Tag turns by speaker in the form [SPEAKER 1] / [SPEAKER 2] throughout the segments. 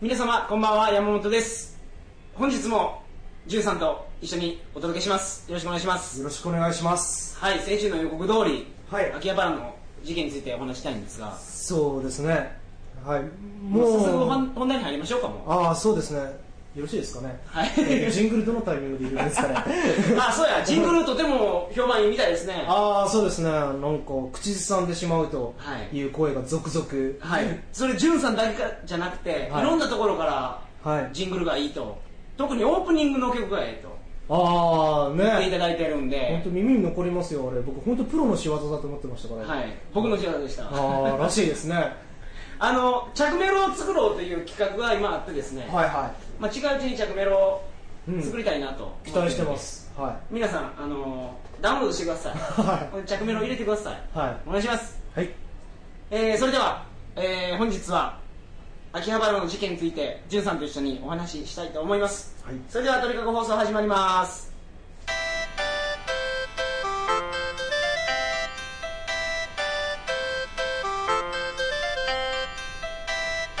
[SPEAKER 1] 皆様こんばんは山本です本日もじゅんさんと一緒にお届けしますよろしくお願いします
[SPEAKER 2] よろしくお願いします。
[SPEAKER 1] はい先週の予告通り、
[SPEAKER 2] はい
[SPEAKER 1] 秋葉原の事件についてお話したいんですが
[SPEAKER 2] そうですね。はい。
[SPEAKER 1] もう
[SPEAKER 2] も
[SPEAKER 1] 早速本
[SPEAKER 2] う、
[SPEAKER 1] 本題に入りましょうかもう
[SPEAKER 2] ああ、そうですね。よろしいですかね。
[SPEAKER 1] はい
[SPEAKER 2] えージングルどのタイミングで入れるんですかね。
[SPEAKER 1] あそうやジングルとても評判いいみたいですね
[SPEAKER 2] ああ、そうですね。なんか、口ずさんでしまうと
[SPEAKER 1] はい
[SPEAKER 2] いう声が続々。
[SPEAKER 1] はいそれじゅんさんだけかじゃなくて、
[SPEAKER 2] はい
[SPEAKER 1] い、ろんなところから
[SPEAKER 2] はい。
[SPEAKER 1] ジングルがいいと特にオープニングの曲がいいと
[SPEAKER 2] ああ、
[SPEAKER 1] 言っていた
[SPEAKER 2] ね。
[SPEAKER 1] だいてるん
[SPEAKER 2] 本
[SPEAKER 1] で
[SPEAKER 2] 当、耳に残りますよ、あれ。僕、本当プロの仕業だと思ってましたから。
[SPEAKER 1] はい、僕の仕業でした
[SPEAKER 2] ああ、らしいです ね。は
[SPEAKER 1] あの着メロを作ろうという企画が今あってですね、
[SPEAKER 2] いは
[SPEAKER 1] まあ、近いうちに着メロ
[SPEAKER 2] う
[SPEAKER 1] を
[SPEAKER 2] ん
[SPEAKER 1] 作りたいなと、
[SPEAKER 2] い。期待してます。は
[SPEAKER 1] 皆さんあのダウンロードしてください、
[SPEAKER 2] はい
[SPEAKER 1] これ着メロ入れてください、
[SPEAKER 2] い。は
[SPEAKER 1] お願いします、
[SPEAKER 2] い。はい。
[SPEAKER 1] えーそれでは、えー本日は秋葉原の事件についてんさんと一緒にお話ししたいと思います
[SPEAKER 2] はい。
[SPEAKER 1] それではトリカゴ放送始まります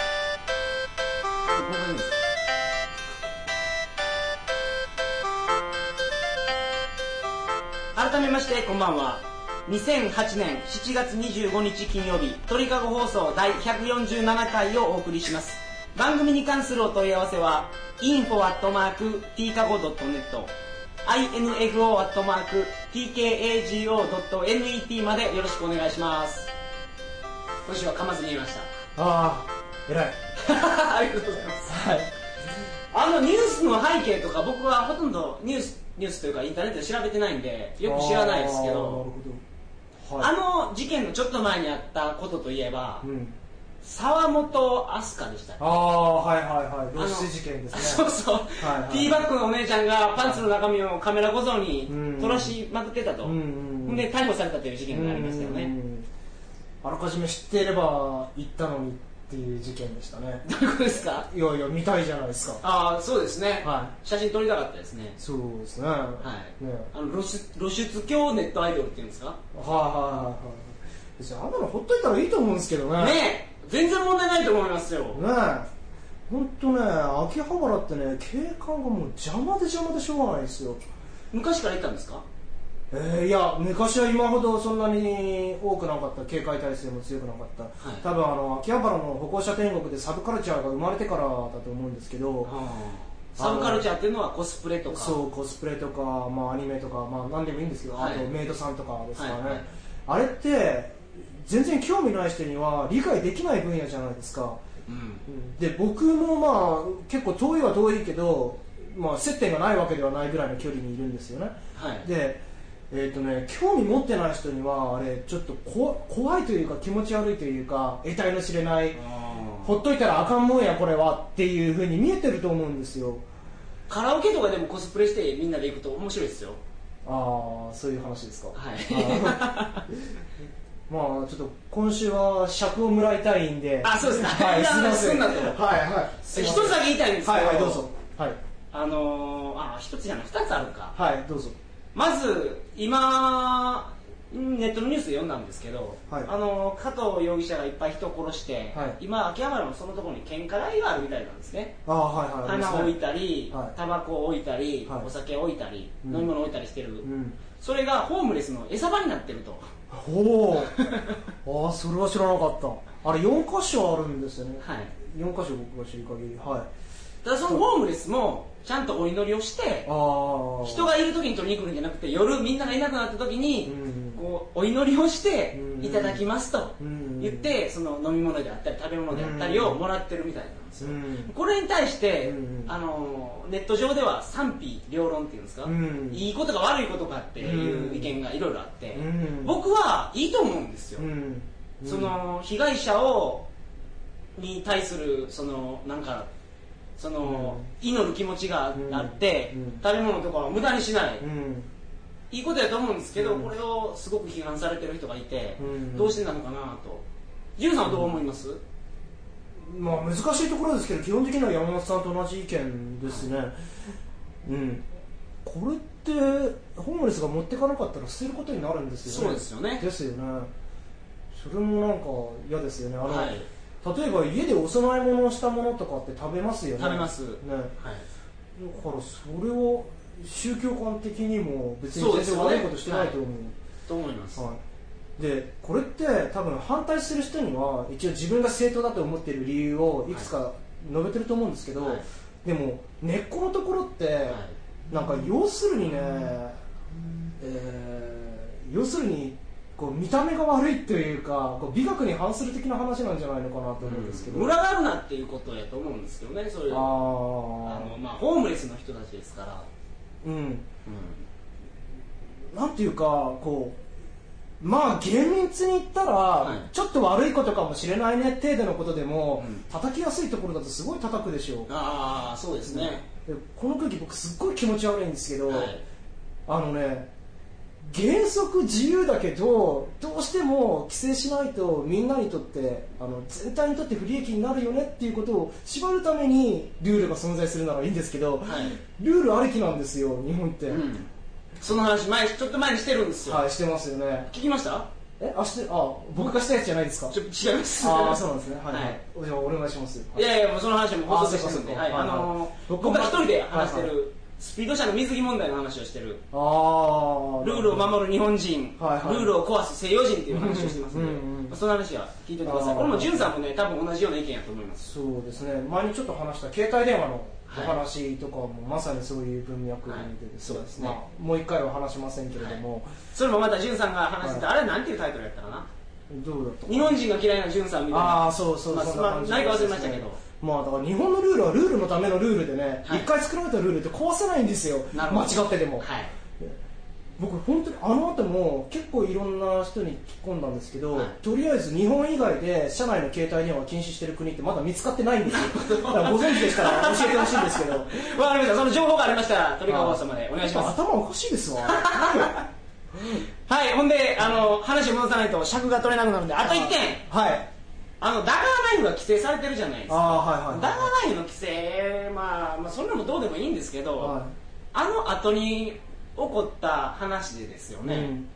[SPEAKER 1] ここがいいんですか改めましてこんばんは2008年7月25日金曜日鳥かご放送第147回をお送りします番組に関するお問い合わせは info.tkago.net info.tkago.net までよろしくお願いします今週は噛まずに言いました
[SPEAKER 2] ああ、偉い。
[SPEAKER 1] ありがとうございます
[SPEAKER 2] はい。
[SPEAKER 1] あのニュースの背景とか僕はほとんどニュースニュースというかインターネットで調べてないんでよく知らないですけ
[SPEAKER 2] あーな
[SPEAKER 1] ど
[SPEAKER 2] るほど。はい。
[SPEAKER 1] あの事件のちょっと前にあったことといえば、
[SPEAKER 2] うん、
[SPEAKER 1] 沢本飛鳥でしたっけ
[SPEAKER 2] ああはいはいはい
[SPEAKER 1] あの
[SPEAKER 2] 露出事件ですね
[SPEAKER 1] そうそう、
[SPEAKER 2] はいはい
[SPEAKER 1] ティーバッグのお姉ちゃんがパンツの中身をカメラ小僧に
[SPEAKER 2] うん
[SPEAKER 1] 取らしまくってたと、
[SPEAKER 2] うんうんうん
[SPEAKER 1] で逮捕されたという事件がありましたよ
[SPEAKER 2] う
[SPEAKER 1] ね、
[SPEAKER 2] んあらかじめ知っていれば行ったのにっていう事件でしたね
[SPEAKER 1] どういうことですか
[SPEAKER 2] いやいや見たいじゃないですか
[SPEAKER 1] ああそうですね、
[SPEAKER 2] は
[SPEAKER 1] 写真撮りたかったですね
[SPEAKER 2] そうですねはいね
[SPEAKER 1] あの露出露出狂ネットアイドルっていうんですか
[SPEAKER 2] はいはいはいはい別にあんなのほっといたらいいと思うんですけどね
[SPEAKER 1] ねえ全然問題ないと思いますよ、
[SPEAKER 2] ね本当ね秋葉原ってね景観がもう邪魔で邪魔でしょうがないですよ
[SPEAKER 1] 昔から言ったんですか
[SPEAKER 2] えー、いや昔は今ほどそんなに多くなかった警戒体制も強くなかった、
[SPEAKER 1] い
[SPEAKER 2] 多分あの秋葉原の歩行者天国でサブカルチャーが生まれてからだと思うんですけど、
[SPEAKER 1] サブカルチャーっていうのはコスプレとか
[SPEAKER 2] そうコスプレとか、まあ、アニメとか、まあ、何でもいいんですけど、
[SPEAKER 1] はい
[SPEAKER 2] あとメイドさんとかですからね、
[SPEAKER 1] はいはい
[SPEAKER 2] あれって全然興味ない人には理解できない分野じゃないですか
[SPEAKER 1] うん
[SPEAKER 2] で僕もまあ結構遠いは遠いけど、まあ、接点がないわけではないぐらいの距離にいるんですよね
[SPEAKER 1] はい
[SPEAKER 2] でえっ、とね興味持ってない人にはあれちょっとこ怖いというか気持ち悪いというか得体の知れないほっといたらあかんもんやこれはっていうふうに見えてると思うんですよ
[SPEAKER 1] カラオケとかでもコスプレしてみんなで行くと面白いですよ
[SPEAKER 2] ああそういう話ですか
[SPEAKER 1] はい
[SPEAKER 2] あー まあちょっと今週は尺をもらいたいんで
[SPEAKER 1] あそうですか
[SPEAKER 2] はい
[SPEAKER 1] いや
[SPEAKER 2] すいませ
[SPEAKER 1] すん
[SPEAKER 2] ん
[SPEAKER 1] な
[SPEAKER 2] はい
[SPEAKER 1] と
[SPEAKER 2] はいす い
[SPEAKER 1] 一つ
[SPEAKER 2] ません
[SPEAKER 1] だけ言いたいんですけ
[SPEAKER 2] は
[SPEAKER 1] ど
[SPEAKER 2] いはいどうぞはい
[SPEAKER 1] あのー、あ一つじゃない二つあるか
[SPEAKER 2] はいどうぞ
[SPEAKER 1] まず今ネットのニュースで読んだんですけど、
[SPEAKER 2] はい
[SPEAKER 1] あのー加藤容疑者がいっぱい人を殺して、
[SPEAKER 2] はい
[SPEAKER 1] 今秋葉原のそのところに献花台があるみたいなんですね
[SPEAKER 2] ああはいはい
[SPEAKER 1] 花を置いたり、
[SPEAKER 2] はい
[SPEAKER 1] タバコを置いたり、
[SPEAKER 2] はい
[SPEAKER 1] お酒を置いたり、
[SPEAKER 2] うん
[SPEAKER 1] 飲み物を置いたりしてる、
[SPEAKER 2] うん
[SPEAKER 1] それがホームレスの餌場になってると
[SPEAKER 2] ほうああそれは知らなかったあれ4箇所あるんですよね、
[SPEAKER 1] はい
[SPEAKER 2] 4箇所僕が知る限りはい
[SPEAKER 1] ただそのホームレスもちゃんとお祈りをして
[SPEAKER 2] ああ
[SPEAKER 1] 人がいる時に取りに来るんじゃなくて夜みんながいなくなった時に
[SPEAKER 2] うん
[SPEAKER 1] こうお祈りをして
[SPEAKER 2] うん
[SPEAKER 1] いただきますと
[SPEAKER 2] うん
[SPEAKER 1] 言ってその飲み物であったり食べ物であったりを
[SPEAKER 2] うん
[SPEAKER 1] もらってるみたいなんです
[SPEAKER 2] う
[SPEAKER 1] よ
[SPEAKER 2] ん
[SPEAKER 1] これに対して
[SPEAKER 2] うん
[SPEAKER 1] あのネット上では賛否両論っていうんですか
[SPEAKER 2] うん
[SPEAKER 1] いいことか悪いことかっていう意見がいろいろあって
[SPEAKER 2] うん
[SPEAKER 1] 僕はいいと思うんですよ
[SPEAKER 2] うん
[SPEAKER 1] その被害者をに対するそのなんかその、祈る気持ちがあって、
[SPEAKER 2] うんうん
[SPEAKER 1] 食べ物とかは無駄にしない、
[SPEAKER 2] うん
[SPEAKER 1] いいことやと思うんですけど、
[SPEAKER 2] うん
[SPEAKER 1] これをすごく批判されてる人がいて、
[SPEAKER 2] うん
[SPEAKER 1] どうしてなのかなとジュンさんはどう思います、
[SPEAKER 2] まあ難しいところですけど基本的には山本さんと同じ意見ですねうんこれってホームレスが持ってかなかったら捨てることになるんですよね
[SPEAKER 1] そうですよね
[SPEAKER 2] ですよねそれもなんか嫌ですよねあの、
[SPEAKER 1] はい
[SPEAKER 2] 例えば家でお供え物をしたものとかって食べますよね
[SPEAKER 1] 食べます
[SPEAKER 2] ね
[SPEAKER 1] はい
[SPEAKER 2] だからそれは宗教観的にも別に
[SPEAKER 1] そうで
[SPEAKER 2] 全
[SPEAKER 1] すよ
[SPEAKER 2] 然
[SPEAKER 1] ね
[SPEAKER 2] 悪いことしてないと思う
[SPEAKER 1] と思います、
[SPEAKER 2] はい、でこれって多分反対する人には一応自分が正当だと思っている理由をいくつか述べてると思うんですけど、
[SPEAKER 1] はい
[SPEAKER 2] でも根っこのところって、
[SPEAKER 1] はい
[SPEAKER 2] なんか要するにね、えー要するにこう見た目が悪いというかこう美学に反する的な話なんじゃないのかなと思うんですけど、
[SPEAKER 1] 裏があるなっていうことやと思うんですけどねそういうあ
[SPEAKER 2] あ
[SPEAKER 1] の、
[SPEAKER 2] あ
[SPEAKER 1] まあ、ホームレスの人たちですから、
[SPEAKER 2] うん
[SPEAKER 1] う
[SPEAKER 2] なんていうかこうまあ厳密に言ったら、
[SPEAKER 1] い
[SPEAKER 2] ちょっと悪いことかもしれないね程度のことでも、
[SPEAKER 1] うん
[SPEAKER 2] 叩きやすいところだとすごい叩くでしょ
[SPEAKER 1] ん、ああそうですね、
[SPEAKER 2] でこの空気僕すっごい気持ち悪いんですけど、
[SPEAKER 1] はい
[SPEAKER 2] あのね原則自由だけどどうしても規制しないとみんなにとってあの全体にとって不利益になるよねっていうことを縛るためにルールが存在するならいいんですけど、
[SPEAKER 1] い
[SPEAKER 2] ルールありきなんですよ日本って、
[SPEAKER 1] うん、その話前ちょっと前にしてるんですよ、
[SPEAKER 2] はいしてますよね
[SPEAKER 1] 聞きました
[SPEAKER 2] えあしてあ僕がしたやつじゃないですか
[SPEAKER 1] ちょ違います
[SPEAKER 2] ああそうなんですねはい、は
[SPEAKER 1] はい
[SPEAKER 2] い、じゃあお願いします
[SPEAKER 1] いやいやもうその話はもう放送してますんで
[SPEAKER 2] あ
[SPEAKER 1] は
[SPEAKER 2] そうかそうか
[SPEAKER 1] い
[SPEAKER 2] はい
[SPEAKER 1] あのー
[SPEAKER 2] 僕も
[SPEAKER 1] 僕が一人で話して
[SPEAKER 2] はいは
[SPEAKER 1] るスピード車の水着問題の話をしてる
[SPEAKER 2] ああ
[SPEAKER 1] ルールを守る日本人、
[SPEAKER 2] はいはい
[SPEAKER 1] ルールを壊す西洋人っていう話をしてますんで、
[SPEAKER 2] うんうんうん
[SPEAKER 1] まあその話は聞いておいてくださ
[SPEAKER 2] あ
[SPEAKER 1] い
[SPEAKER 2] ー
[SPEAKER 1] これもんさんもね多分同じような意見やと思います
[SPEAKER 2] そうですね前にちょっと話した携帯電話のお話とかも、まさにそういう文脈でですね、
[SPEAKER 1] はいそうですね
[SPEAKER 2] まあもう一回は話しませんけれども、
[SPEAKER 1] それもまたんさんが話してた、
[SPEAKER 2] は
[SPEAKER 1] あれなんていうタイトルやったかな
[SPEAKER 2] どうだった
[SPEAKER 1] 日本人が嫌いなんさんみたいな
[SPEAKER 2] ああそうそう、
[SPEAKER 1] まあ
[SPEAKER 2] そんな感じ
[SPEAKER 1] まあ何か忘れま
[SPEAKER 2] で
[SPEAKER 1] した
[SPEAKER 2] すね
[SPEAKER 1] けど
[SPEAKER 2] まあだから日本のルールはルールのためのルールでね一、
[SPEAKER 1] はい
[SPEAKER 2] 回作られたルールって壊せないんですよ
[SPEAKER 1] なるほど
[SPEAKER 2] 間違ってでも、
[SPEAKER 1] はい
[SPEAKER 2] 僕本当にあの後も結構いろんな人に聞き込んだんですけど、
[SPEAKER 1] はい
[SPEAKER 2] とりあえず日本以外で社内の携帯電話を禁止してる国ってまだ見つかってないんです よだからご存知でしたら教えてほしいんですけど
[SPEAKER 1] わかりましたその情報がありましたら鳥川放送までお願いします
[SPEAKER 2] 頭おかしいですわ
[SPEAKER 1] はいほんであの話を戻さないと尺が取れなくなるんであと1点
[SPEAKER 2] はい
[SPEAKER 1] あのダガーナイフが規制されてるじゃないです
[SPEAKER 2] あ
[SPEAKER 1] か
[SPEAKER 2] あはいはい
[SPEAKER 1] ダガーナイフの規制、まあ、まあそんなもどうでもいいんですけど、
[SPEAKER 2] は
[SPEAKER 1] あの後に起こった話でですよ
[SPEAKER 2] い
[SPEAKER 1] ね、
[SPEAKER 2] うん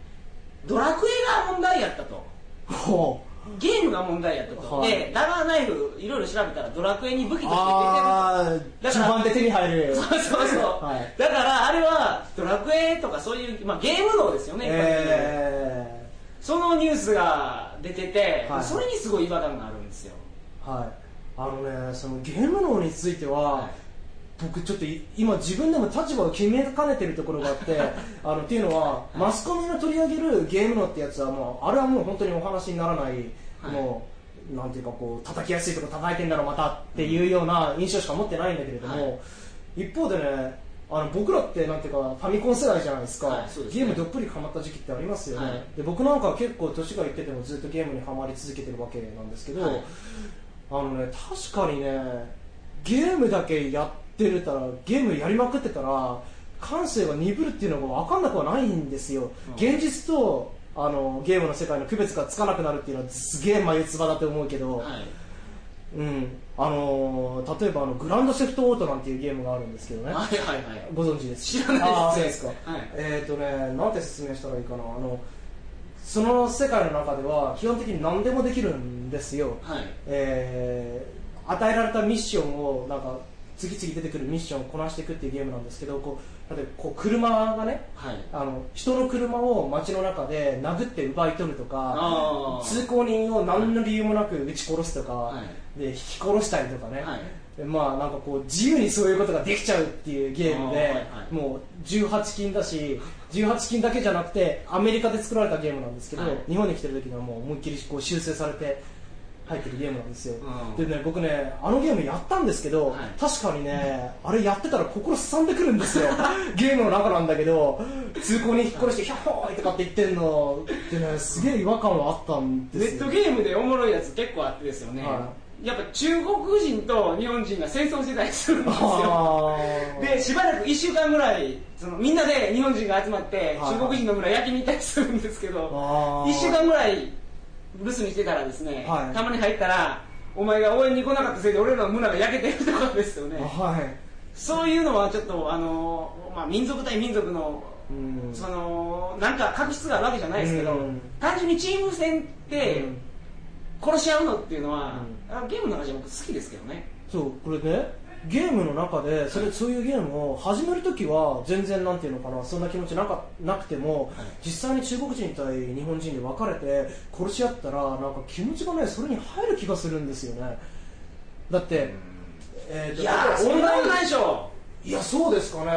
[SPEAKER 1] ドラクエが問題やったと
[SPEAKER 2] ほう
[SPEAKER 1] ゲームが問題やったと、
[SPEAKER 2] はい
[SPEAKER 1] でダガーナイフいろいろ調べたらドラクエに武器として出てると
[SPEAKER 2] ああ
[SPEAKER 1] だか
[SPEAKER 2] 序
[SPEAKER 1] ら
[SPEAKER 2] 盤で手に入る
[SPEAKER 1] そうそうそう、
[SPEAKER 2] はい
[SPEAKER 1] だからあれはドラクエとかそういう、まあ、ゲーム脳ですよね、一般的に
[SPEAKER 2] え
[SPEAKER 1] そのニュースが出てて、
[SPEAKER 2] はい
[SPEAKER 1] それにすごい違和感があるんですよ
[SPEAKER 2] ーはいあのねそのゲーム脳については、
[SPEAKER 1] はい
[SPEAKER 2] 僕ちょっとい今自分でも立場を決めかねてるところがあって あのっていうのはマスコミの取り上げるゲームのってやつはもうあれはもう本当にお話にならない、
[SPEAKER 1] はい
[SPEAKER 2] もうなんていうかこう叩きやすいとこ叩いてんだろまたっていうような印象しか持ってないんだけれども、
[SPEAKER 1] は
[SPEAKER 2] 一方でねあの僕らってなんていうかファミコン世代じゃないですか、
[SPEAKER 1] はいそうですね
[SPEAKER 2] ゲームどっぷりハマった時期ってありますよね、
[SPEAKER 1] はい
[SPEAKER 2] で僕なんかは結構年がいっててもずっとゲームにはまり続けてるわけなんですけど、
[SPEAKER 1] はい
[SPEAKER 2] あのね確かにねゲームだけやってるたらゲームやりまくってたら感性が鈍るっていうのが分かんなくはないんですよ、
[SPEAKER 1] うん
[SPEAKER 2] 現実とあのゲームの世界の区別がつかなくなるっていうのはすげえ眉唾だと思うけど、
[SPEAKER 1] はい
[SPEAKER 2] うんあのー例えばあのグランドセフトオートなんていうゲームがあるんですけどね、
[SPEAKER 1] はいはいはい
[SPEAKER 2] ご存知です
[SPEAKER 1] 知らないです
[SPEAKER 2] あーそうですか、
[SPEAKER 1] はい
[SPEAKER 2] えっ、ー、とねなんて説明したらいいかなあのその世界の中では基本的に何でもできるんですよ、
[SPEAKER 1] はい
[SPEAKER 2] えー与えられたミッションをなんか次々出てくるミッションをこなしていくっていうゲームなんですけどこう例えばこう車がね
[SPEAKER 1] はい
[SPEAKER 2] あの人の車を街の中で殴って奪い取るとか
[SPEAKER 1] あー
[SPEAKER 2] 通行人を何の理由もなく撃ち殺すとか、
[SPEAKER 1] は
[SPEAKER 2] で引き殺したりとかね、
[SPEAKER 1] はい
[SPEAKER 2] でまあなんかこう自由にそういうことができちゃうっていうゲームで、
[SPEAKER 1] あーはいはい
[SPEAKER 2] もう18禁だし18禁だけじゃなくてアメリカで作られたゲームなんですけど、
[SPEAKER 1] はい
[SPEAKER 2] 日本に来てる時にはもう思いっきりこう修正されて入ってるゲームなんですよ、
[SPEAKER 1] うん
[SPEAKER 2] でね僕ねあのゲームやったんですけど、
[SPEAKER 1] はい
[SPEAKER 2] 確かにね、あれやってたら心すさんでくるんです よゲームの中なんだけど通行に引っ殺して「ヒャッホーイ!」とかって言ってんのってねすげえ違和感はあったんで
[SPEAKER 1] ネ
[SPEAKER 2] す
[SPEAKER 1] ッ
[SPEAKER 2] よ
[SPEAKER 1] トゲームでおもろいやつ結構あってですよね、
[SPEAKER 2] は
[SPEAKER 1] やっぱ中国人と日本人が戦争してたりするんですよ
[SPEAKER 2] あー
[SPEAKER 1] でしばらく1週間ぐらいそのみんなで日本人が集まって、
[SPEAKER 2] はい
[SPEAKER 1] 中国人の村焼きに行ったりするんですけど
[SPEAKER 2] あー
[SPEAKER 1] 1週間ぐらい留守にしてたらですね、
[SPEAKER 2] はい
[SPEAKER 1] たまに入ったらお前が応援に来なかったせいで俺らの村が焼けてるとかですよね
[SPEAKER 2] はい
[SPEAKER 1] そういうのはちょっとあの、まあ、民族対民族の
[SPEAKER 2] うん
[SPEAKER 1] そのなんか確執があるわけじゃないですけど、
[SPEAKER 2] うん
[SPEAKER 1] 単純にチーム戦って、
[SPEAKER 2] うん
[SPEAKER 1] 個殺し合うのっていうのは、
[SPEAKER 2] う
[SPEAKER 1] あゲームの中じゃ僕好きですけどね
[SPEAKER 2] そうこれねゲームの中でそれそういうゲームを始めるときは全然なんていうのかなそんな気持ちなかなくても、
[SPEAKER 1] はい
[SPEAKER 2] 実際に中国人対日本人で分かれて殺し合ったらなんか気持ちがねそれに入る気がするんですよねだって、えーと
[SPEAKER 1] いやーそんなことないでしょ
[SPEAKER 2] いやそうですかね
[SPEAKER 1] は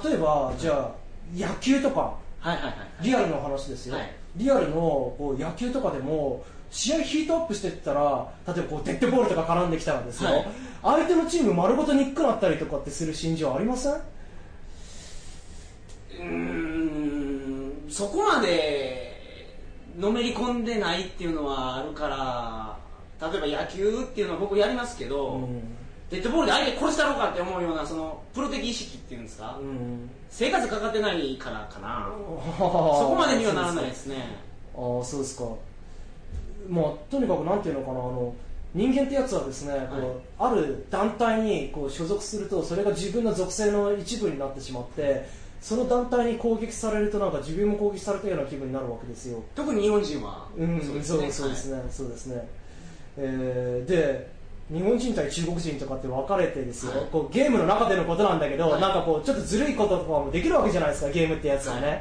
[SPEAKER 1] い
[SPEAKER 2] 例えばじゃあ野球とか
[SPEAKER 1] はいはいはい
[SPEAKER 2] リアルの話ですよ、
[SPEAKER 1] はい
[SPEAKER 2] リアルのこう野球とかでも試合ヒートアップしてったら例えばこうデッドボールとか絡んできたらですよ、
[SPEAKER 1] はい
[SPEAKER 2] 相手のチーム丸ごとにっくなったりとかってする心情ありません
[SPEAKER 1] うーんそこまでのめり込んでないっていうのはあるから例えば野球っていうのは僕やりますけど、デッドボールで相手殺したろうかって思うようなそのプロ的意識っていうんですか、
[SPEAKER 2] うん
[SPEAKER 1] 生活かかってないからかな、 そ
[SPEAKER 2] そ
[SPEAKER 1] こまでにはならないですね
[SPEAKER 2] ああそうですかまあとにかくなんていうのかなあの人間ってやつはですね、こうある団体にこう所属するとそれが自分の属性の一部になってしまってその団体に攻撃されるとなんか自分も攻撃されたような気分になるわけですよ
[SPEAKER 1] 特に日本人は、
[SPEAKER 2] うんそうそうですね、そうですね、えーで日本人対中国人とかって分かれてですよ、
[SPEAKER 1] はい
[SPEAKER 2] こうゲームの中でのことなんだけど、
[SPEAKER 1] はい
[SPEAKER 2] なんかこうちょっとずるいこととかもできるわけじゃないですかゲームってやつはね、
[SPEAKER 1] はいは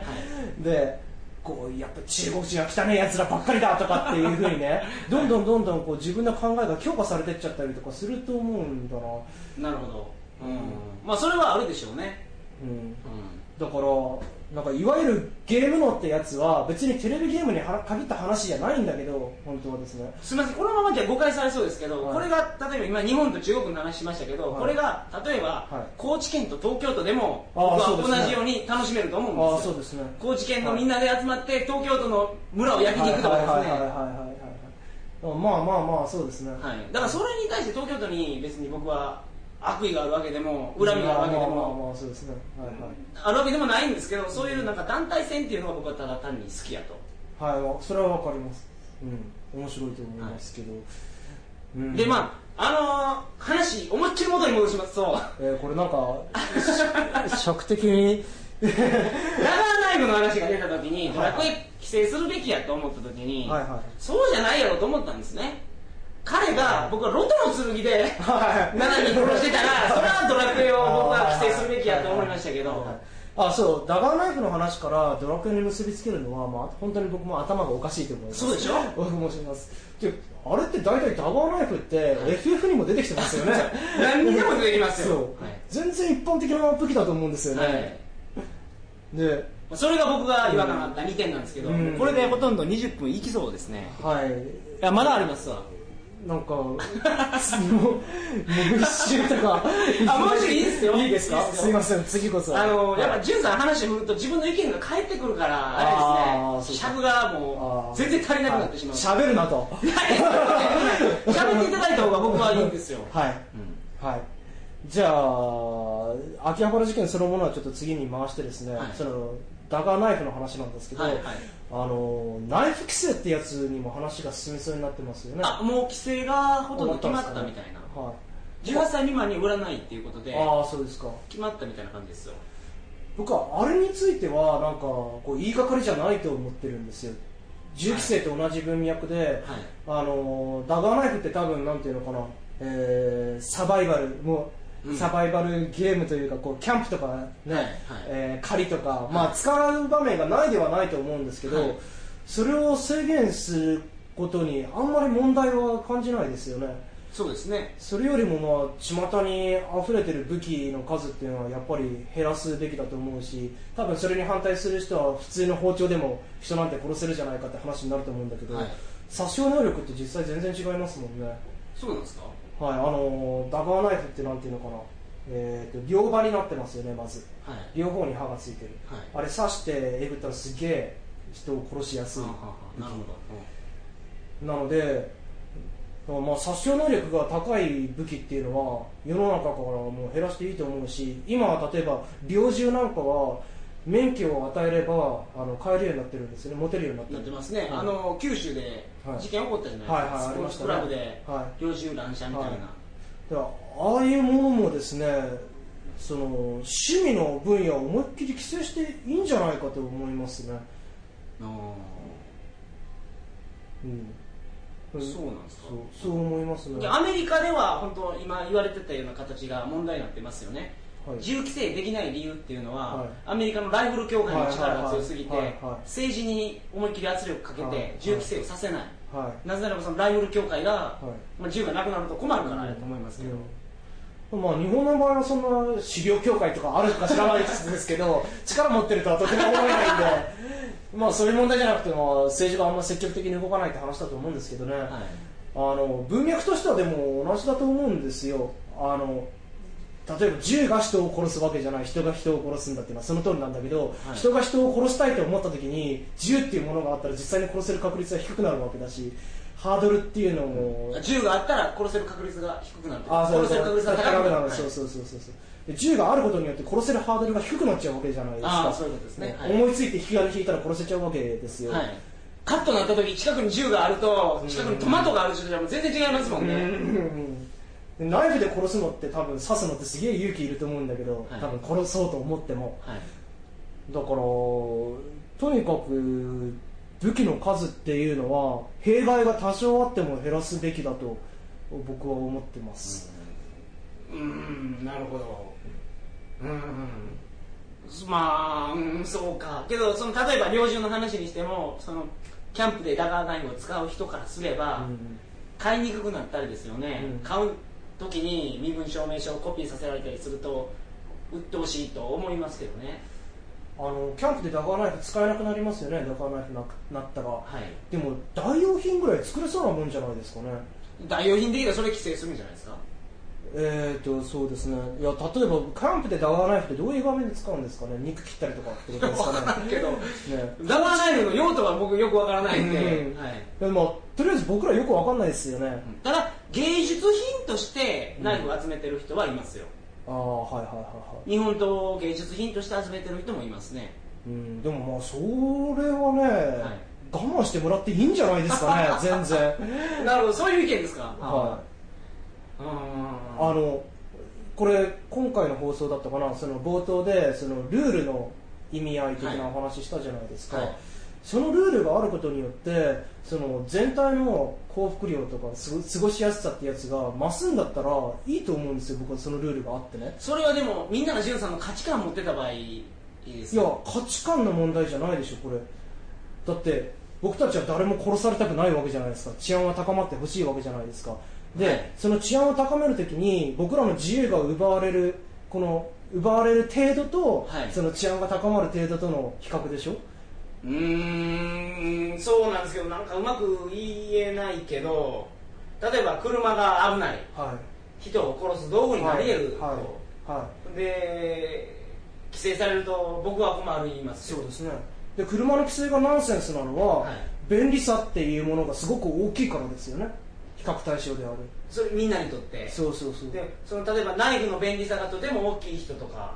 [SPEAKER 1] い
[SPEAKER 2] でこうやっぱ中国人は汚いやつらばっかりだとかっていうふうにねどんどんどんどんこう自分の考えが強化されてっちゃったりとかすると思うんだな、
[SPEAKER 1] はいなるほど、うんまあそれはあるでしょうね、
[SPEAKER 2] うん、
[SPEAKER 1] う
[SPEAKER 2] だからなんかいわゆるゲームのってやつは別にテレビゲームには限った話じゃないんだけど本当はですね
[SPEAKER 1] ん、すみませんこのままじゃ誤解されそうですけど、
[SPEAKER 2] はい
[SPEAKER 1] これが例えば今日本と中国の話しましたけど、
[SPEAKER 2] はい
[SPEAKER 1] これが例えば、
[SPEAKER 2] はい
[SPEAKER 1] 高知県と東京都でも
[SPEAKER 2] あー
[SPEAKER 1] 僕
[SPEAKER 2] そうです
[SPEAKER 1] は
[SPEAKER 2] ね
[SPEAKER 1] 同じように楽しめると思
[SPEAKER 2] あ
[SPEAKER 1] う
[SPEAKER 2] あ
[SPEAKER 1] んです
[SPEAKER 2] そ
[SPEAKER 1] よ
[SPEAKER 2] うですね
[SPEAKER 1] 高知県のみんなで集まって東京都の村を焼きに行くとかですね、
[SPEAKER 2] はいはいはいはいはいはいまあまあまあそうですね、
[SPEAKER 1] はい、だからそれに対して東京都に別に僕は悪意があるわけでも恨みがあるわけで
[SPEAKER 2] まあまあ
[SPEAKER 1] も
[SPEAKER 2] まあそうですねはい
[SPEAKER 1] あるわけでもないんですけどそういうなんか団体戦っていうのが僕はただ単に好きやと、
[SPEAKER 2] はい、はいまあ、それはわかりますうん面白いと思いますけど、うん
[SPEAKER 1] でまああのー話思いっきり元に戻しますと ラ
[SPEAKER 2] えーこれなん かし尺的に
[SPEAKER 1] ガーナイフの話が出た時にドラクエ規制するべきやと思った時に、
[SPEAKER 2] はいは
[SPEAKER 1] そうじゃないやろと思ったんですね彼が僕はロトの剣で
[SPEAKER 2] は
[SPEAKER 1] 7人殺してた らそれはドラクエを僕は規制するべきやと思いましたけ
[SPEAKER 2] はい
[SPEAKER 1] ど
[SPEAKER 2] はいあそうダガーナイフの話からドラクエに結びつけるのは、まあ、本当に僕も頭がおかしいと思います
[SPEAKER 1] そうでしょ
[SPEAKER 2] 僕もしますであれって大体ダガーナイフって FF にも出てきてますよね
[SPEAKER 1] 何にでも出てきますよ
[SPEAKER 2] そう、
[SPEAKER 1] はい
[SPEAKER 2] 全然一般的な武器だと思うんですよね、
[SPEAKER 1] はい
[SPEAKER 2] で
[SPEAKER 1] まあそれが僕が違和感があった2点なんですけど、
[SPEAKER 2] うん
[SPEAKER 1] これでほとんど20分いきそうですね
[SPEAKER 2] はい
[SPEAKER 1] いやまだありますわ
[SPEAKER 2] なんかもうもう一周とか
[SPEAKER 1] あもう一周いいですよ
[SPEAKER 2] いいですか
[SPEAKER 1] いいですよ
[SPEAKER 2] すいません次こそ
[SPEAKER 1] あのやっぱ
[SPEAKER 2] はい
[SPEAKER 1] じゅんさん話振ると自分の意見が返ってくるからあれですね
[SPEAKER 2] あー
[SPEAKER 1] 尺が
[SPEAKER 2] あ
[SPEAKER 1] も
[SPEAKER 2] ー
[SPEAKER 1] う全然足りなくなってしまう
[SPEAKER 2] はい喋るなと
[SPEAKER 1] はい喋っていただいた方が僕はいいんですよ、
[SPEAKER 2] はい、はい、じゃあ秋葉原事件そのものはちょっと次に回してですね、
[SPEAKER 1] はい
[SPEAKER 2] そのダガーナイフの話なんですけど、
[SPEAKER 1] はいはい
[SPEAKER 2] あのナイフ規制ってやつにも話が進みそうになってますよね
[SPEAKER 1] あもう規制がほとんど決まったみたいな、18歳未満に売らないっていうことで
[SPEAKER 2] はい、ああそうですか
[SPEAKER 1] 決まったみたいな感じですよ
[SPEAKER 2] 僕はあれについてはなんかこう言いがかりじゃないと思ってるんですよ銃規制と同じ文脈で、あのダガーナイフって多分なんていうのかな、えーサバイバルもう
[SPEAKER 1] うん
[SPEAKER 2] サバイバルゲームというかこうキャンプとかね、
[SPEAKER 1] はいはい
[SPEAKER 2] えー狩りとか、まあ、使う場面がないではないと思うんですけど、
[SPEAKER 1] はい
[SPEAKER 2] それを制限することにあんまり問題は感じないですよね
[SPEAKER 1] そうですね
[SPEAKER 2] それよりもまあ巷に溢れてる武器の数っていうのはやっぱり減らすべきだと思うし多分それに反対する人は普通の包丁でも人なんて殺せるじゃないかって話になると思うんだけど、
[SPEAKER 1] はい
[SPEAKER 2] 殺傷能力って実際全然違いますもんねはい
[SPEAKER 1] そうなんですか
[SPEAKER 2] あのダガーナイフってなんていうのかなえーと両刃になってますよねまず
[SPEAKER 1] はい
[SPEAKER 2] 両方に刃がついてる、
[SPEAKER 1] はい
[SPEAKER 2] あれ刺してえぐったらすげえ人を殺しやすい
[SPEAKER 1] はあはあなるほど、
[SPEAKER 2] なので、まあ、殺傷能力が高い武器っていうのは世の中からもう減らしていいと思うし今は例えば猟銃なんかは免許を与えればあの買えるようになってるんですよね持てるようになって
[SPEAKER 1] なっ
[SPEAKER 2] る
[SPEAKER 1] てますね、
[SPEAKER 2] はい
[SPEAKER 1] あの九州で
[SPEAKER 2] はい
[SPEAKER 1] 事件起こったじゃないですか、
[SPEAKER 2] はいはいありまし
[SPEAKER 1] スポーツ
[SPEAKER 2] たね
[SPEAKER 1] クラブで
[SPEAKER 2] は
[SPEAKER 1] 猟銃乱射みたいな、
[SPEAKER 2] はいだからああいうものもですねその趣味の分野を思いっきり規制していいんじゃないかと思いますね
[SPEAKER 1] あの
[SPEAKER 2] う
[SPEAKER 1] そ
[SPEAKER 2] ん
[SPEAKER 1] うなんですか
[SPEAKER 2] そうそう思いますね
[SPEAKER 1] でアメリカでは本当今言われてたような形が問題になってますよね、
[SPEAKER 2] はい
[SPEAKER 1] 自由規制できない理由っていうのは、
[SPEAKER 2] はい
[SPEAKER 1] アメリカのライフル協会の力が強すぎて、
[SPEAKER 2] はいはいはいはい
[SPEAKER 1] 政治に思いっきり圧力かけ
[SPEAKER 2] はいはい
[SPEAKER 1] て自由規制をさせない、
[SPEAKER 2] はい
[SPEAKER 1] なぜならばそのライフル協会が、
[SPEAKER 2] い
[SPEAKER 1] まあ、銃がなくなると困るからやと思いますけど、
[SPEAKER 2] うんまあ、日本の場合はそんな資料協会とかあるか知らないですけど 力持ってるとはとても思えないんで まあそういう問題じゃなくて、まあ、政治があんま積極的に動かないって話だと思うんですけどね、
[SPEAKER 1] はい
[SPEAKER 2] あの文脈としてはでも同じだと思うんですよあの例えば銃が人を殺すわけじゃない人が人を殺すんだっていうのはその通りなんだけど、
[SPEAKER 1] はい
[SPEAKER 2] 人が人を殺したいと思った時に銃っていうものがあったら実際に殺せる確率は低くなるわけだしハードルっていうのも
[SPEAKER 1] 銃があったら殺せる確率が低くなる
[SPEAKER 2] あそう
[SPEAKER 1] 殺せ
[SPEAKER 2] そう
[SPEAKER 1] る確率が高くなる
[SPEAKER 2] そうそうそうそうそうで銃があることによって殺せるハードルが低くなっちゃうわけじゃないですか
[SPEAKER 1] あーそういうことですねはい
[SPEAKER 2] 思いついて引き金引いたら殺せちゃうわけですよ、
[SPEAKER 1] はいはいカットなった時近くに銃があると
[SPEAKER 2] うん
[SPEAKER 1] 近くにトマトがある人じゃもう全然違いますもんね、
[SPEAKER 2] でナイフで殺すのって多分刺すのってすげえ勇気いると思うんだけど、
[SPEAKER 1] はい
[SPEAKER 2] 多分殺そうと思っても
[SPEAKER 1] はい
[SPEAKER 2] だからとにかく武器の数っていうのは弊害が多少あっても減らすべきだと僕は思ってます、
[SPEAKER 1] うーんなるほどうーんまあうんそうかけどその例えば猟銃の話にしてもそのキャンプでダガーナイフを使う人からすれば、
[SPEAKER 2] うん
[SPEAKER 1] 買いにくくなったりですよね、
[SPEAKER 2] うん
[SPEAKER 1] 買う時に身分証明書をコピーさせられたりすると鬱陶しいと思いますけどね
[SPEAKER 2] あのキャンプでダガーナイフ使えなくなりますよねダガーナイフなくなったら、
[SPEAKER 1] はい
[SPEAKER 2] でも代用品ぐらい作れそうなもんじゃないですかね
[SPEAKER 1] 代用品できたらそれ規制するんじゃないです か
[SPEAKER 2] えーとそうですねいや例えばキャンプでダガーナイフってどういう場面で使うんですかね肉切ったりとかってことです
[SPEAKER 1] 分
[SPEAKER 2] か
[SPEAKER 1] からんけど
[SPEAKER 2] ねね
[SPEAKER 1] ダガーナイフの用途は僕よくわからないんで、
[SPEAKER 2] うん
[SPEAKER 1] はい
[SPEAKER 2] でもとりあえず僕らよくわかんないですよね、
[SPEAKER 1] ただ芸術品としてナイフを集めてる人はいますよ、
[SPEAKER 2] ああはいはいはいはい
[SPEAKER 1] 日本刀を芸術品として集めてる人もいますね
[SPEAKER 2] うん、でもまあそれはね、
[SPEAKER 1] はい
[SPEAKER 2] 我慢してもらっていいんじゃないですかね全然
[SPEAKER 1] なるほどそういう意見ですか
[SPEAKER 2] はい
[SPEAKER 1] い
[SPEAKER 2] あ
[SPEAKER 1] あ
[SPEAKER 2] のこれ今回の放送だったかなその冒頭でそのルールの意味合い的なお話したじゃないですか、
[SPEAKER 1] はい
[SPEAKER 2] そのルールがあることによってその全体の幸福量とかす過ごしやすさってやつが増すんだったらいいと思うんですよ僕はそのルールがあってね
[SPEAKER 1] それはでもみんなが潤さんの価値観を持ってた場合いいです
[SPEAKER 2] いや価値観の問題じゃないでしょこれだって僕たちは誰も殺されたくないわけじゃないですか治安は高まってほしいわけじゃないですかで、
[SPEAKER 1] はい
[SPEAKER 2] その治安を高めるときに僕らの自由が奪われるこの奪われる程度と、
[SPEAKER 1] はい
[SPEAKER 2] その治安が高まる程度との比較でしょ
[SPEAKER 1] うーんそうなんですけどなんかうまく言えないけど例えば車が危ない
[SPEAKER 2] は
[SPEAKER 1] 人を殺す道具
[SPEAKER 2] い
[SPEAKER 1] になり得ると、
[SPEAKER 2] はいはい、はい
[SPEAKER 1] で規制されると僕は困る言いますけ
[SPEAKER 2] そう
[SPEAKER 1] ど
[SPEAKER 2] ですねで車の規制がナンセンスなのは、
[SPEAKER 1] はい
[SPEAKER 2] 便利さっていうものがすごく大きいからですよね比較対象である
[SPEAKER 1] それみんなにとって
[SPEAKER 2] そうそうそう
[SPEAKER 1] でその例えばナイフの便利さがとても大きい人とか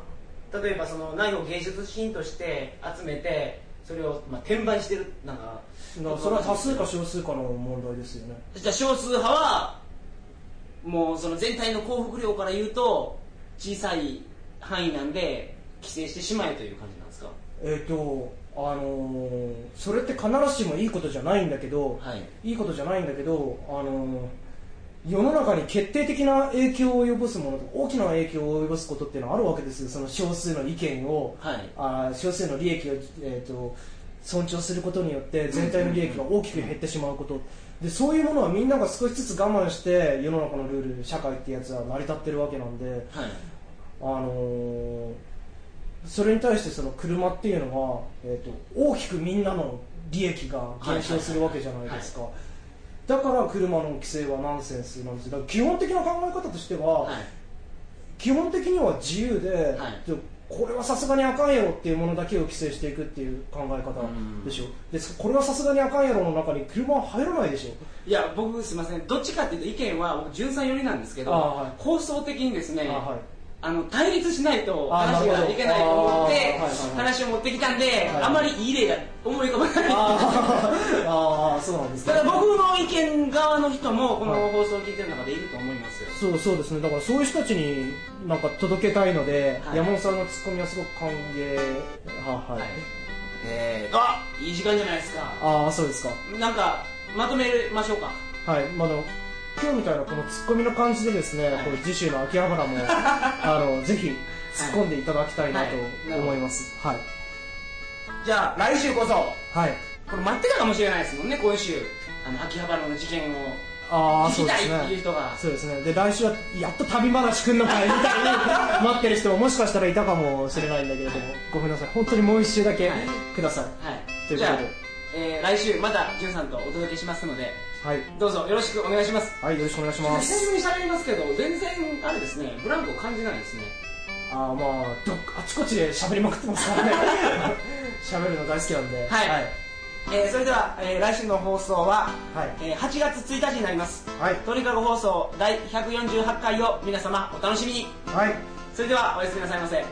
[SPEAKER 1] 例えばそのナイフを芸術品として集めてそれをまあ転売してるなんか
[SPEAKER 2] だからそれは多数か少数かの問題ですよね
[SPEAKER 1] じゃあ少数派はもうその全体の幸福量から言うと小さい範囲なんで規制してしまえという感じなんですか
[SPEAKER 2] えっ、とあのーそれって必ずしもいいことじゃないんだけど、
[SPEAKER 1] はい
[SPEAKER 2] い、いことじゃないんだけどあのー世の中に決定的な影響を及ぼすものと大きな影響を及ぼすことっていうのはあるわけですよその少数の意見を、
[SPEAKER 1] はい
[SPEAKER 2] あー少数の利益を、えー、と尊重することによって全体の利益が大きく減ってしまうことでそういうものはみんなが少しずつ我慢して世の中のルール社会ってやつは成り立ってるわけなんで、
[SPEAKER 1] はい
[SPEAKER 2] あのーそれに対してその車っていうのは、えー、と大きくみんなの利益が減少するわけじゃないですか、だから車の規制はナンセンスなんですよだから基本的な考え方としては、
[SPEAKER 1] はい
[SPEAKER 2] 基本的には自由で、
[SPEAKER 1] はい
[SPEAKER 2] でこれはさすがにあかんやろっていうものだけを規制していくっていう考え方でしょでそこれはさすがにあかんやろの中に車は入らないでしょ
[SPEAKER 1] いや僕すいませんどっちかっていうと意見は僕純さん寄りなんですけど、
[SPEAKER 2] あはい
[SPEAKER 1] 構想的にですね
[SPEAKER 2] あはい
[SPEAKER 1] あの対立しないと
[SPEAKER 2] あ
[SPEAKER 1] 話
[SPEAKER 2] なるほ
[SPEAKER 1] が
[SPEAKER 2] ど
[SPEAKER 1] いけないと思っ
[SPEAKER 2] あーはい
[SPEAKER 1] て
[SPEAKER 2] はいはい
[SPEAKER 1] 話を持ってきたんで、
[SPEAKER 2] い
[SPEAKER 1] あまりいい例が思い浮かばない
[SPEAKER 2] あーあーそうなんですね
[SPEAKER 1] ただ僕の意見側の人もこの
[SPEAKER 2] はい
[SPEAKER 1] 放送を聞いてる中でいると思いますよ、
[SPEAKER 2] そうそうですねだからそういう人たちになんか届けたいので、
[SPEAKER 1] はい
[SPEAKER 2] 山本さんのツッコミはすごく歓迎ははい、
[SPEAKER 1] えー、あいい時間じゃないですか
[SPEAKER 2] ああそうですか
[SPEAKER 1] なんかまとめましょうか
[SPEAKER 2] はい、まあ、でも今日みたいなこのツッコミの感じでですね、これ次週の秋葉 原もあのぜひ突っ込んでいただきたいなと思いますはい
[SPEAKER 1] じゃあ来週こそ
[SPEAKER 2] はい、
[SPEAKER 1] これ待ってたかもしれないですもんね今週あの秋葉原の事件を
[SPEAKER 2] ああそ
[SPEAKER 1] 聞き
[SPEAKER 2] う
[SPEAKER 1] た
[SPEAKER 2] で
[SPEAKER 1] い
[SPEAKER 2] す
[SPEAKER 1] っていう
[SPEAKER 2] ね
[SPEAKER 1] 人が
[SPEAKER 2] そうですねで来週はやっと旅話くんの会みたいに 待ってる人ももしかしたらいたかもしれないんだけれどもごめんなさい本当にもう一週だけ
[SPEAKER 1] はい
[SPEAKER 2] ください
[SPEAKER 1] はい
[SPEAKER 2] ということで
[SPEAKER 1] じゃあ、えー来週またじゅんさんとお届けしますので
[SPEAKER 2] はい、
[SPEAKER 1] どうぞよろしくお願いします
[SPEAKER 2] はい、よろしくお願いしま
[SPEAKER 1] 久
[SPEAKER 2] す
[SPEAKER 1] しぶりに喋りますけど全然あれですねブランクを感じないですね
[SPEAKER 2] あーまあどっあちこちで喋りまくってますからね喋るの大好きなんでは
[SPEAKER 1] はいえーそれでは、えー来週の放送は、
[SPEAKER 2] はい
[SPEAKER 1] えー8月1日になります
[SPEAKER 2] はい
[SPEAKER 1] トリカゴ放送第148回を皆様お楽しみに
[SPEAKER 2] はい
[SPEAKER 1] それではおやすみなさいませ
[SPEAKER 2] はい